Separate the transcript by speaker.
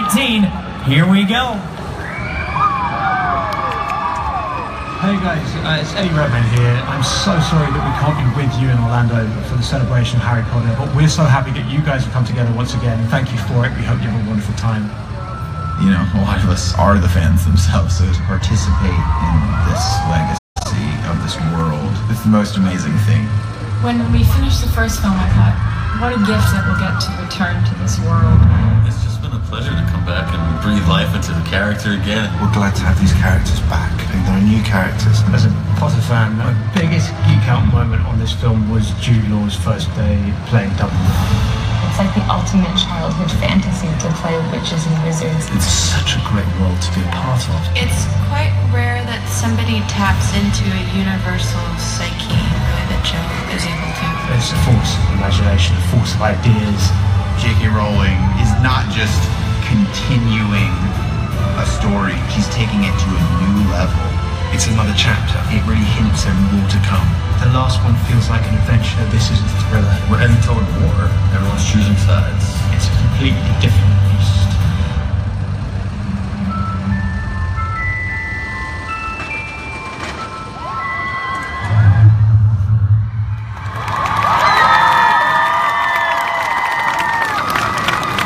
Speaker 1: 19. Here we go.
Speaker 2: Hey guys, uh, it's Eddie Redmayne here. I'm so sorry that we can't be with you in Orlando for the celebration of Harry Potter, but we're so happy that you guys have come together once again. Thank you for it. We hope you have a wonderful time.
Speaker 3: You know, a lot of us are the fans themselves, so to participate in this legacy of this world, it's the most amazing thing.
Speaker 4: When we finished the first film, I thought, what a gift that we'll get to return to this world.
Speaker 5: It's just been a pleasure to come back and breathe life into the character again.
Speaker 3: We're glad to have these characters back. I think they're new characters.
Speaker 2: As a Potter fan, my biggest geek out moment on this film was Jude Law's first day playing Dumbledore.
Speaker 6: It's like the ultimate childhood fantasy to play witches and wizards.
Speaker 3: It's such a great world to be a part of.
Speaker 7: It's quite rare that somebody taps into a universal psyche the way that Joe is able to.
Speaker 2: It's a force of imagination, a force of ideas.
Speaker 3: J.K. Rowling is not just continuing a story, she's taking it to a new level. It's another chapter. It really hints at more to come.
Speaker 2: The last one feels like an adventure. This is a thriller.
Speaker 5: We're heading toward war. Everyone's choosing sides.
Speaker 2: It's a completely different